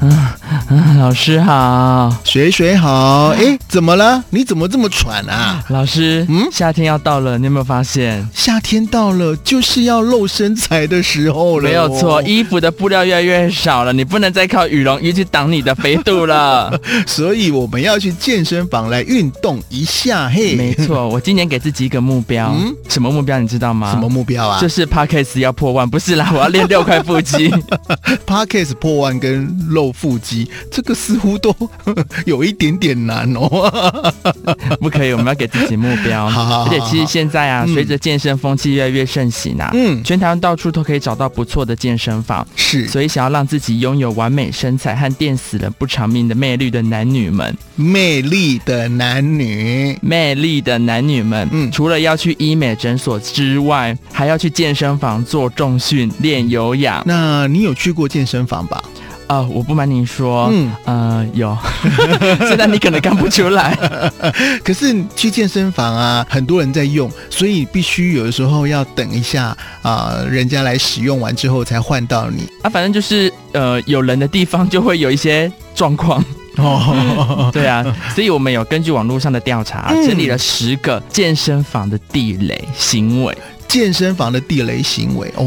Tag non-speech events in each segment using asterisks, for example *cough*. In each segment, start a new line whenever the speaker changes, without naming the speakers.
啊，老师好，
水水好，哎，怎么了？你怎么这么喘啊？
老师，
嗯
夏天要到了，你有没有发现？
夏天到了，就是要露身材的时候了、
没有错，，衣服的布料越来越少了，你不能再靠羽绒衣去挡你的肥肚了。
所以我们要去健身房来运动一下， *laughs* 嘿，
没错，我今年给自己一个目标，
嗯
什么目标你知道吗？
什么？目标啊？
就是 p a d k a s 要破万，不是啦，我要练六块腹
*laughs*
肌。
Parkes 破万跟露腹肌，这个似乎都 *laughs* 有一点点难哦。
*laughs* 不可以，我们要给自己目标。
好好好
而且其实现在啊，
嗯
随着健身风气越来越盛行啊，
嗯，
全台湾到处都可以找到不错的健身房。
是
所以，想要让自己拥有完美身材和电死人不偿命的魅力的男女们，
魅力的男女，
魅力的男女们，
嗯
除了要去医美诊所之外，还要去健身房做重训、练有氧。
那你有去过健身房吧？
啊、我不瞒您说，
嗯，
呃，有， *laughs* 现在你可能看不出
*laughs*
来。
可是去健身房啊，很多人在用，所以必须有的时候要等一下啊、人家来使用完之后才换到你。
啊，反正就是呃，有人的地方就会有一些状况。
哦，
对啊，所以我们有根据网络上的调查，
嗯
整理了十个健身房的地雷行为。
*laughs* 健身房的地雷行为
嗯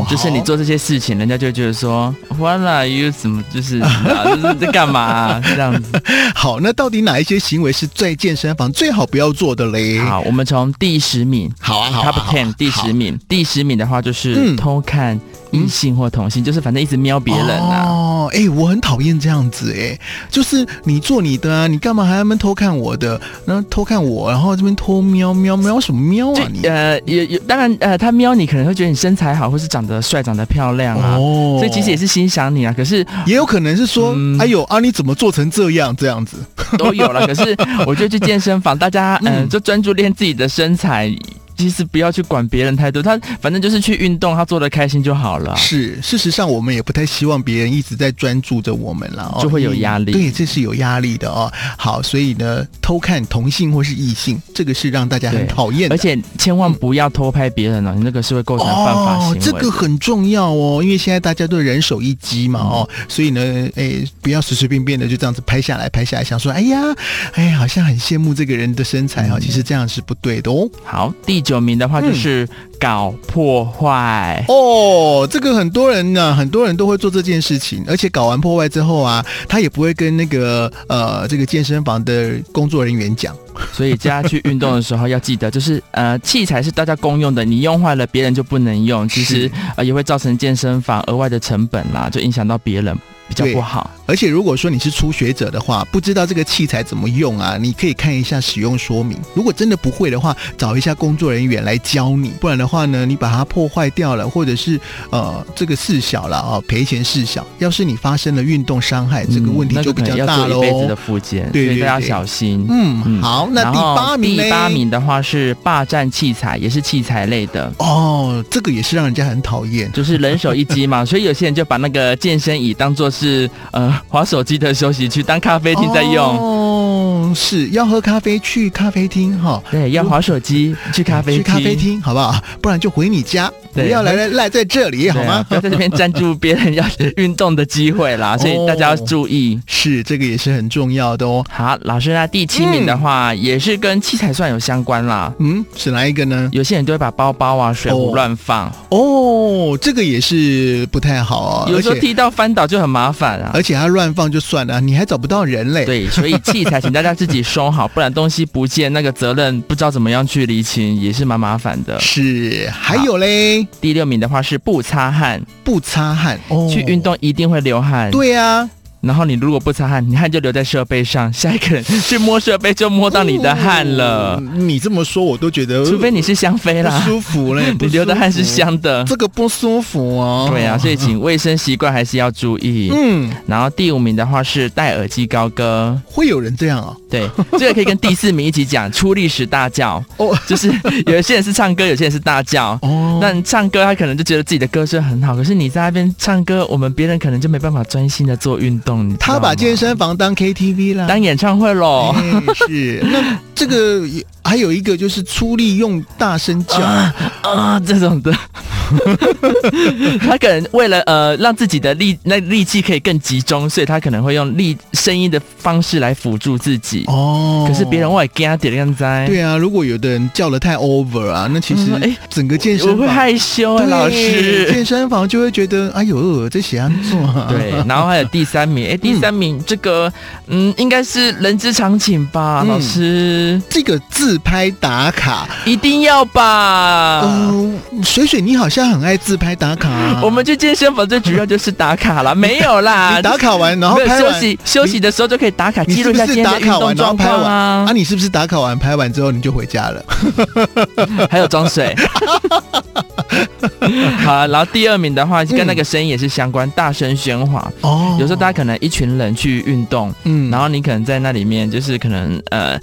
哦，
就是你
好
做这些事情，人家就会觉得说，What are you？怎么就是、啊、就是在干嘛啊、这样
*laughs*
子？
好，那到底哪一些行为是在健身房最好不要做的嘞？
好，我们从第十名
好啊，好啊，
，Top
好啊
Ten 第十名，第十名的话就是
嗯
偷看异性或同性，就是反正一直瞄别人啊。
哦，哎、我很讨厌这样子、哎，就是你做你的啊，你干嘛还要那边偷看我的？然后偷看我，然后这边偷瞄瞄瞄什么瞄
就
啊你？
呃，有有，当然呃，他瞄你可能会觉得你身材好，或是长得帅、长得漂亮啊，
哦
所以其实也是欣赏你啊。可是
也有可能是说，
嗯
哎呦啊，你怎么做成这样这样子？
都有
*laughs*
了。可是我觉得去健身房，大家嗯、
嗯
就专注练自己的身材。其实不要去管别人太多，他反正就是去运动，他做的开心就好了。
是，事实上我们也不太希望别人一直在专注着我们啦，哦、
就会有压力
对，这是有压力的哦。好，所以呢，偷看同性或是异性，这个是让大家
对
很讨厌的
而。且千万不要偷拍别人哦，你那个是会构成犯法行
哦
为，的。
这个很重要哦，因为现在大家都人手一机
嗯
嘛，哦，所以呢，哎，不要随随便便的就这样子拍下来，拍下来，想说，哎呀，哎，好像很羡慕这个人的身材
嗯
哦，其实这样是不对的哦。
好，第九名的话
嗯
就是搞破坏。
哦，这个很多人呢、很多人都会做这件事情，而且搞完破坏之后啊，他也不会跟那个呃这个健身房的工作人员讲。
所以大家去运动的时候要记得，就是呃，器材是大家公用的，你用坏了别人就不能用，其实
是
呃也会造成健身房额外的成本啦，就影响到别人，比较
对
不好。
而且如果说你是初学者的话，不知道这个器材怎么用啊，你可以看一下使用说明。如果真的不会的话，找一下工作人员来教你，不然的话呢，你把它破坏掉了，或者是呃这个事小了啊，赔钱事小。要是你发生了运动伤害，这个问题
嗯那
就比
可
较
能
大
要
喽
做一。辈子的复健，
对
所以大家
对对
小心。
嗯，
嗯
好，那
然
第
后
八名呢？
第八名的话是霸占器材，也是器材类的。
哦，这个也是让人家很讨厌。
就是人手一机嘛， *laughs* 所以有些人就把那个健身椅当做是呃滑手机的休息区，当咖啡厅在用。
哦，是要喝咖啡去咖啡厅哈。
对，要滑手机去咖啡
去
厅，
咖啡厅好不好？不然就回你家，不
对
要来来赖在这里
对
好
啊
吗？
不要在这边占住别人要运动的机会
*laughs*
啦，所以大家要注意。
是，这个也是很重要的哦。
好，老师，那第七名的话、也是跟器材算有相关啦。
嗯，是哪一个呢？
有些人就会把包包啊、水壶
哦
乱放，
哦，这个也是不太好哦，
有
而
时候
且
踢到翻倒就很麻烦啊。
而且他乱放就算了，你还找不到人嘞。，
对，所以器材请大家自己收好，不然东西不见，那个责任不知道怎么样去厘清，也是蛮麻烦的。
是，还有嘞，
第六名的话是不擦汗，
不擦汗哦，
去运。动一定会流汗。，
对啊，
然后你如果不擦汗，你汗就留在设备上，下一个人去摸设备就摸到你的汗了，
嗯你这么说我都觉得，
除非你是香妃
嗯不
*laughs* 啦，
舒服嘞，不
你流的
舒
汗是
服，
香的。
这个不舒服哦。
对啊，所以请卫生习惯还是要注意。
嗯，
然后第五名的话是戴耳机高歌，
会有人这样啊？ *laughs*
对，这个可以跟第四名一起讲，出力时大叫，
哦 *laughs*
就是有些人是唱歌，有些人是大叫。
哦，
那你唱歌，他可能就觉得自己的歌声很好，可是你在那边唱歌，我们别人可能就没办法专心的做运动。你知道
他把
吗
健身房当 KTV 啦。
当演唱会喽。
哎是，那这个也还有一个就是出力用大声叫，
啊
*laughs*
啊，这种的，他可能为了呃让自己的力那力气可以更集中，所以他可能会用力声音的方式来辅助自己。
哦
可是别人外给他点亮在，
对啊，如果有的人叫的太 over 啊，那其实
嗯哎
整个健身
我
房
会害羞啊，
对
老师。
健身房就会觉得哎呦这些安做啊，
对，然后还有第三
*laughs*
名，哎，第三名这个，嗯，应该是人之常情吧，
嗯
老师
*laughs* 这个自拍打卡，
一定要吧。
嗯、水水你好像很爱自拍打卡、啊，
啊我们去健身房最主要就是打卡
*laughs*
啦，没有啦，
你打卡完然后
啊没有
拍
休
完
息休息的时候就可以打卡，
你
记录
是
一下
不
今
是
天
打
的运
卡
动
完然
状
后拍
况
完
啊
*laughs* 啊？，你是不是打卡完拍完之后你就回家了？
还有装
*laughs*
水。好，啊然后第二名的话跟那个声音也是相关，大声喧哗。
哦
有时候大家可能一群人去运动，
嗯
然后你可能在那里面就是可能呃。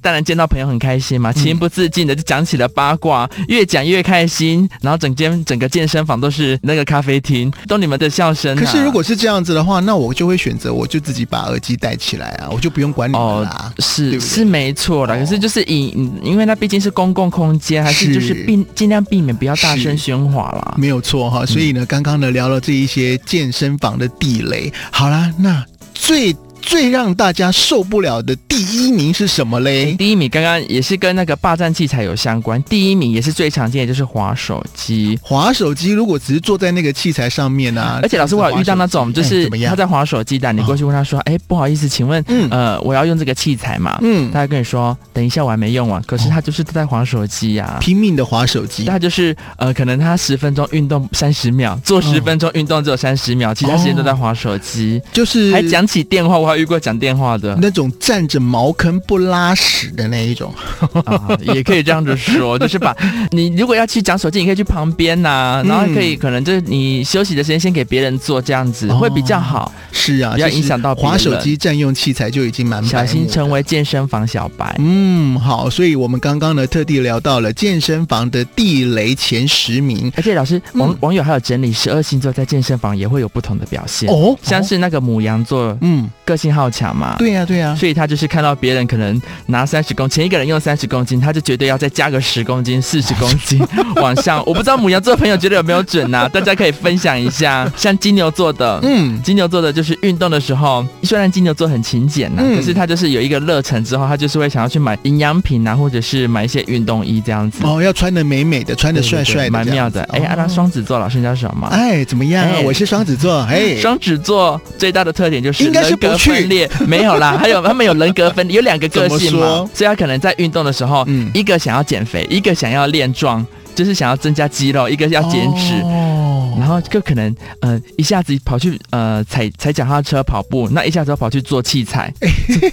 当然见到朋友很开
嗯
心嘛，情不自禁的就讲起了八卦，越讲越开心，然后整间整个健身房都是那个咖啡厅，都你们的笑声、啊。
可是如果是这样子的话，那我就会选择我就自己把耳机戴起来啊，我就不用管你们啊啦。
是
对不对
是没错啦，
哦
可是就是以嗯因为那毕竟是公共空间，还是就是
是
避尽量避免不要大声喧哗啦。
没有错哈，所以呢，刚刚呢聊了这一些健身房的地雷。好啦，那最最让大家受不了的第一名是什么嘞？
第一名刚刚也是跟那个霸占器材有相关，第一名也是最常见的就是滑手机。
滑手机如果只是坐在那个器材上面啊，
而且老师，我有遇到那种，就
哎
是
怎么
他
样？哦
在滑手机的，你过去问他说：“哎、不好意思，请问，
嗯
呃，我要用这个器材嘛？”
嗯哦
他，会跟你说：“等一下，我还没用完。”啊可是他就是在滑手机呀、
拼命的滑手机，
他就是呃，可能他十分钟运动三十秒，做十
嗯
分钟运动只有三十秒，其他时间都在滑手机。
就是
还讲起电话，我还遇过讲电话的
*laughs* 那种站着茅坑不拉屎的那一种。
啊，也可以这样子说，就是把 *laughs* 你如果要去讲手机，你可以去旁边呐、
嗯
然后可以可能就是你休息的时间先给别人做，这样子
哦
会比较好，
是啊，
不要
就是
影响到别人
滑手机占用器材就已经蛮白
小心
目的
成为健身房小白。
嗯，好，所以我们刚刚呢特地聊到了健身房的地雷前十名
而且老师
嗯
网、网友还有整理十二星座在健身房也会有不同的表现，
哦，
像是那个母羊座
嗯，
个性好强嘛。
对呀、对呀、
所以他就是看到别人可能拿三十公前一个人用三十公斤，他就绝对要再加个十公斤、四十公
*laughs*
斤往上。我不知道母羊座的朋友觉得有没有准呐、大家可以分享一下。像金牛座的，
嗯，
金牛座的就是运动的时候，虽然金牛座很勤俭呐、
嗯
可是他就是有一个热忱之后，他就是会想要去买营养品啊，或者是买一些运动衣这样子，
哦，要穿的美美的，穿的帅帅的，
蛮妙的。哎，
这样
啊，
子
那，双子座老师你知道什么
哦
吗？
哎，怎么样？
哎
我是双子座，哎，
*laughs* 双子座最大的特点就是
应该是
人格
不去
分裂，没有
*laughs*
啦，还有他们有人格分裂，有两个个性
怎么
嘛
说，
所以他可能在运动的时候，
嗯
一个想要减肥，一个想要练壮，就是想要增加肌肉，一个要减脂。
哦，
然后就可能，呃，一下子跑去呃踩踩脚踏车跑步，那一下子又跑去做器
*laughs*
材，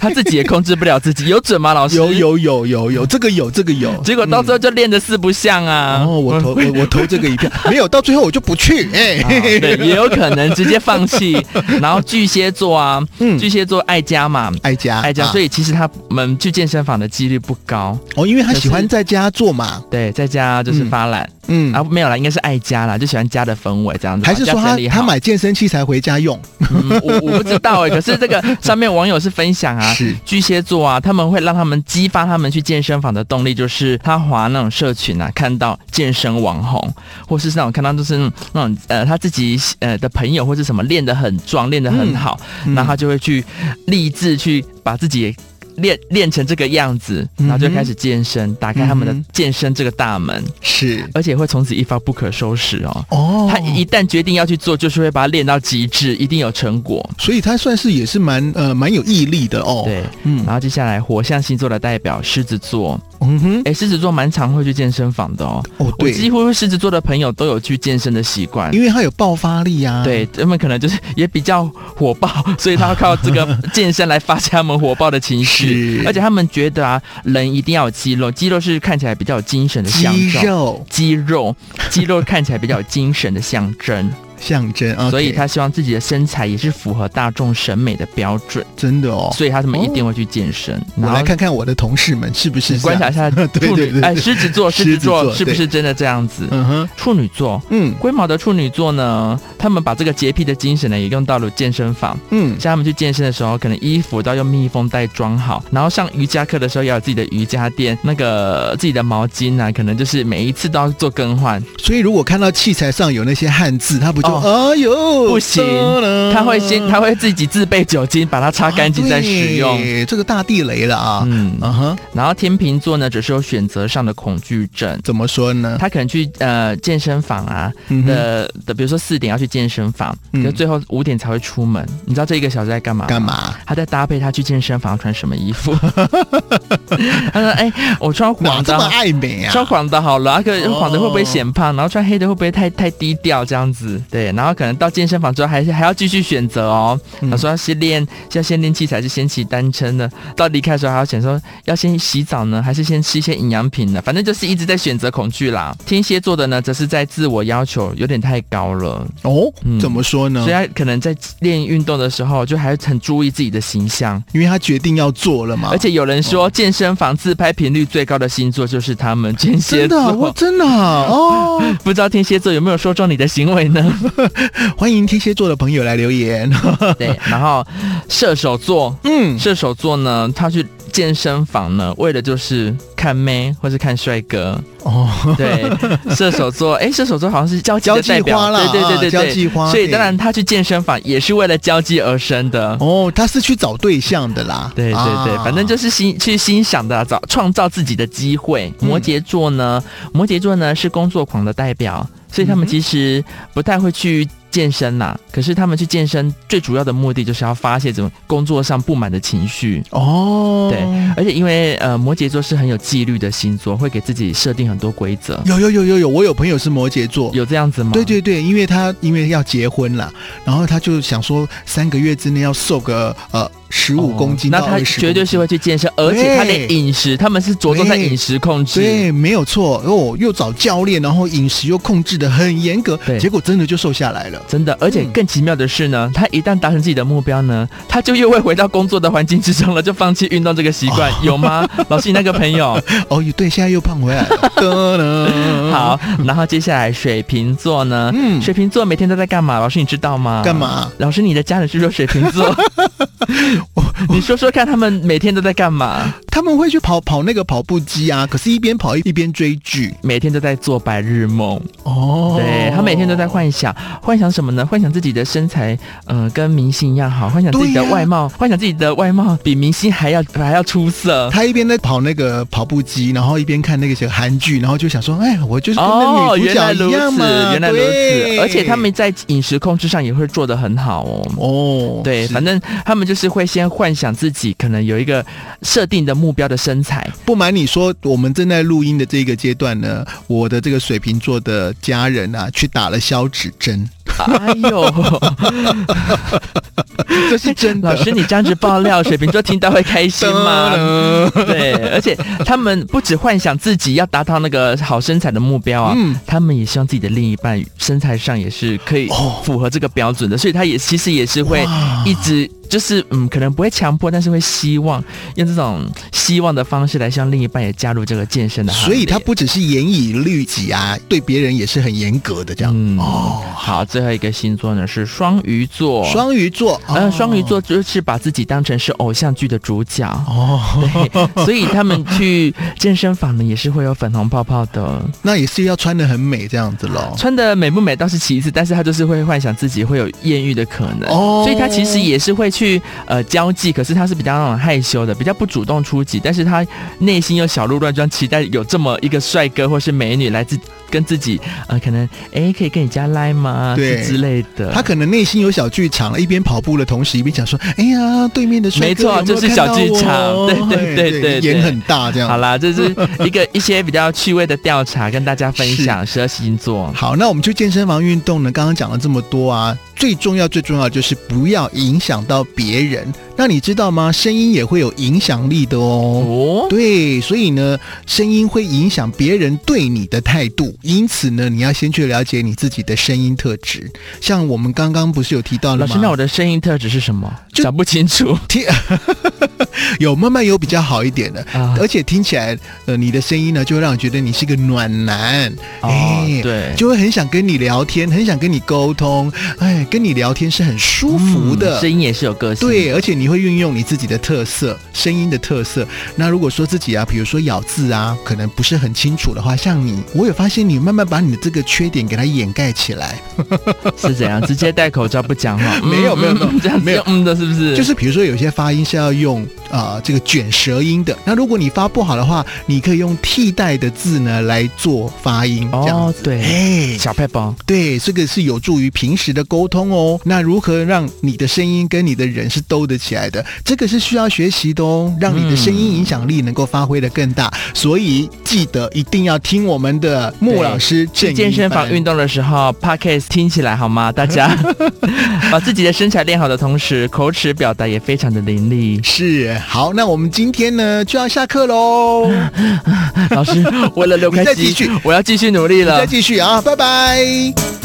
他自己也控制不了自己，有准吗？老师
有。有有有有，这个有这个有，
结果到最后就练得四不像啊。
然后哦我投我我投这个一票， *laughs* 没有，到最后我就不
*laughs*
去，哎，
啊对，也有可能直接放
*laughs*
弃。然后巨蟹座啊，
嗯
巨蟹座爱家嘛，
爱家
爱家，
啊
所以其实他们去健身房的几率不高。
哦，因为他喜
可
欢
是
在家做嘛，
对，在家就是发懒、
嗯
啊，，没有啦，应该是爱家啦，就喜欢家的氛围这样子吧。
还是说
家
他
整理好
他、买健身器材回家用？
嗯我我不知道
*laughs*
哎、可是这个上面网友是分享啊。
是
巨蟹座啊，他们会让他们激发他们去健身房的动力，就是他滑那种社群啊，看到健身网红，或是那种看到就是那种那种呃他自己呃的朋友或是什么练得很壮，练得很
嗯
好，
嗯
然后他就会去立志去把自己也练练成这个样子，
嗯哼
然后就开始健身，打开他们的
嗯哼
健身这个大门，
是
而且会从此一发不可收拾哦。
哦，
他一旦决定要去做，就是会把它练到极致，一定有成果。
所以他算是也是蛮呃蛮有毅力的哦。，
对，啊
嗯
然后接下来火象星座的代表狮子座，
嗯哼，
哎，狮子座蛮常会去健身房的哦。
哦
我
对，
几乎狮子座的朋友都有去健身的习惯。
因为他有爆发力呀、啊。
对，他们可能就是也比较火爆，所以他要靠这个健身来发泄他们火爆的情绪
是，
而且他们觉得啊，人一定要有肌肉，肌肉是看起来比较有精神的象
肌
征。
肉 *laughs*
肌肉，肌肉看起来比较有精神的象征。
象征啊，
所以他希望自己的身材也是符合大众审美的标准，
真的哦。
所以他们一定会去健身。
我
然后
来看看我的同事们是不是
你观察一
下，
下
*laughs* 对对
处
对
女
对
哎狮子座，
*laughs* 狮
狮
子
子座
座
是不
对
是真的这样子？
嗯哼，
处女座。
嗯
龟毛的处女座呢，他们把这个洁癖的精神呢也用到了健身房。
嗯，
像他们去健身的时候，可能衣服都要用密封袋装好，然后上瑜伽课的时候也要有自己的瑜伽垫，那个自己的毛巾啊，可能就是每一次都要做更换。
所以如果看到器材上有那些汉字，他不就、
哦
哎呦
不行
嗯
他会先他会自己自备酒精把它擦干净再使用。
啊对这个大地雷了啊。
嗯，
嗯哼，
然后天秤座呢，只是有选择上的恐惧症。
怎么说呢？
他可能去呃健身房啊
嗯哼，
的的，比如说四点要去健身房，
嗯
可是最后五点才会出门。你知道这一个小时在干嘛？
干？嘛？
他在搭配他去健身房穿什么衣
*laughs*
服。他说：“哎、我穿
哪
黄
这
的
么
好，
爱美啊？
穿黄的好了，啊可是
哦
黄的会不会显胖？然后穿黑的会不会太太低调这样子？对，然后可能到健身房之后还是还要继续选择哦。
嗯
他说要先练，要先练器材，是先骑单车呢？到离开的时候还要想说要先洗澡呢，还是先吃一些营养品呢？反正就是一直在选择恐惧啦。天蝎座的呢，则是在自我要求有点太高了，
哦，
嗯
怎么说呢
所以？他可能在练运动的时候就还很注意自己的形象。
因为他决定要做了嘛。
而且有人说，健身房自拍频率最高的星座就是他们天蝎
真的啊，我
座。
真的啊
嗯
哦。 *laughs*
不知道天蝎座有没有说中你的行为呢？
欢迎天蝎座的朋友来留言。
*laughs* 对，然后射手座，
嗯，
射手座呢，他去健身房呢，为的就是看妹或是看帅 *laughs* 哥。
*laughs* 哦，
对，射手座，哎，射手座好像是交际
交
的
际
代表，
花啦，
对
啊
对对
交
对对。
际花。
所以
对
当然，他去健身房也是为了交际而生的。
哦，他是去找对象的啦。
对对对，
啊
反正就是欣去欣赏的啊，找创造自己的机会。
嗯
摩羯座呢，摩羯座呢是工作狂的代表，所以他
嗯
们
哼
其实不太会去健身啦。可是他们去健身最主要的目的就是要发泄这种工作上不满的情绪。
哦，
对，而且因为呃摩羯座是很有纪律的星座，会给自己设定很多规则，
有有有有有，我有朋友是摩羯座。
有这样子吗？
对对对，因为他因为要结婚啦，然后他就想说三个月之内要瘦个呃十
哦，
五公斤
那
到
他
二十，
绝对是会去健身，而且他连饮食，他们是着重在饮食控制。
对，没有错哦，又找教练，然后饮食又控制的很严格，
对
结果真的就瘦下来了。
真的，而且
嗯
更奇妙的是呢，他一旦达成自己的目标呢，他就又会回到工作的环境之中了，就放弃运动这个习惯，有吗？老师，你那个朋
*laughs*
友嗯
哦，对，现在又胖回来
*laughs*
了。噔噔
好，然后接下来水瓶座呢？
嗯
水瓶座每天都在干嘛？老师，你知道吗？
干？嘛？
老师，你的家人是不是水瓶
*laughs*
座？你说说看，他们每天都在干嘛？
他们会去跑跑那个跑步机啊，可是一边跑一边追剧
每天都在做白日梦，
哦
对他每天都在幻想，幻想什么呢？幻想自己的身材，嗯、跟明星一样好，幻想自己的
对呀
外貌，幻想自己的外貌比明星还要还要出
*laughs*
色。
他一边在跑那个跑步机，然后一边看那个些韩剧，然后就想说，哎，我就是跟那
哦，
女主
原来
角
如
一样
此
嘛，，
原来如
对
此，而且他们在饮食控制上也会做得很好哦。
哦，
对，
是
反正他们就是会先幻想自己可能有一个设定的目标的身
*laughs*
材，
不瞒你说，我们正在录音的这个阶段呢，我的这个水瓶座的家人啊，去打了消脂针， *laughs*
哎呦，
这是真
老
的。
师你这样子爆料，水瓶座听到会开心
*laughs*
吗？
噔噔
对，而且他们不止幻想自己要达到那个好身材的目标啊，
嗯，
他们也希望自己的另一半身材上也是可以
哦
符合这个标准的，所以他也其实也是会
哇
一直就是嗯，可能不会强迫，但是会希望用这种希望的方式来向另一半也加入这个健身的行
所
列。
以他不只是严以律己啊，对别人也是很严格的这样。
嗯
哦，
好，最后一个星座呢是双鱼座。
双鱼座，
呃，
哦
双鱼座就是把自己当成是偶像剧的主角，
哦，
对， *laughs* 所以他们去健身房呢也是会有粉红泡泡的，
那也是要穿的很美这样子喽。
穿的美不美倒是其次，但是他就是会幻想自己会有艳遇的可能，
哦
所以他其实也是会去呃交际，可是他是比较那种害羞的，比较不主动出击，但是他内心又小鹿乱撞，期待有这么一个帅哥或是美女来自跟自己呃可能哎可以跟你加赖吗？
对
之类的。
他可能内心有小剧场了，一边跑步的同时，一边想说：“哎呀，对面的帅哥
没错
有没有
就是
看到
小剧场
我
对对
哎
对
对
对对
眼很大这样。
好啦，这是一个一些比较趣味的调查，跟大家分享
*laughs*
十二星座。
好，那我们去健身房运动呢？刚刚讲了这么多啊，最重要最重要就是不要影响到别人。那你知道吗？声音也会有影响力的哦。
哦，
对，所以呢，声音会影响别人对你的态度，因此呢，你要先去了解你自己的声音特质。像我们刚刚不是有提到了
老
吗？
师，那我的声音特质是什么？
*laughs* 就
讲不清楚
有慢慢有比较好一点的，
啊。
而且听起来，呃，你的声音呢，就会让我觉得你是个暖男，
哦
哎，
对，
就会很想跟你聊天，很想跟你沟通，哎，跟你聊天是很舒服的。
嗯声音也是有个性。
对，而且你会运用你自己的特色，声音的特色。那如果说自己啊，比如说咬字啊，可能不是很清楚的话，像你，我有发现你慢慢把你的这个缺点给它掩盖起来。
是怎样？直接戴口罩不讲话？嗯
*laughs* 没有没有
嗯
没有
嗯这样子
没有
用嗯的，是不是？
就是比如说有些发音是要用啊、呃这个卷舌音的，那如果你发不好的话，你可以用替代的字呢来做发音，这样
哦
子。，
对，
哎，
小配包
对，这个是有助于平时的沟通哦。那如何让你的声音跟你的人是兜得起来的？这个是需要学习的哦，让你的声音影响力能够发挥的更大。所以记得一定要听我们的穆老师
去
郑
健身房运
动。
动的时候，podcast 听起来好吗？大家 *laughs* 把自己的身材练好的同时，口齿表达也非常的伶俐。
是好，那我们今天呢就要下
*laughs*
课喽，
老师，为了六 *laughs*
你
开
再继
机
续，
我要继续努力
再
了。
继续啊，拜拜。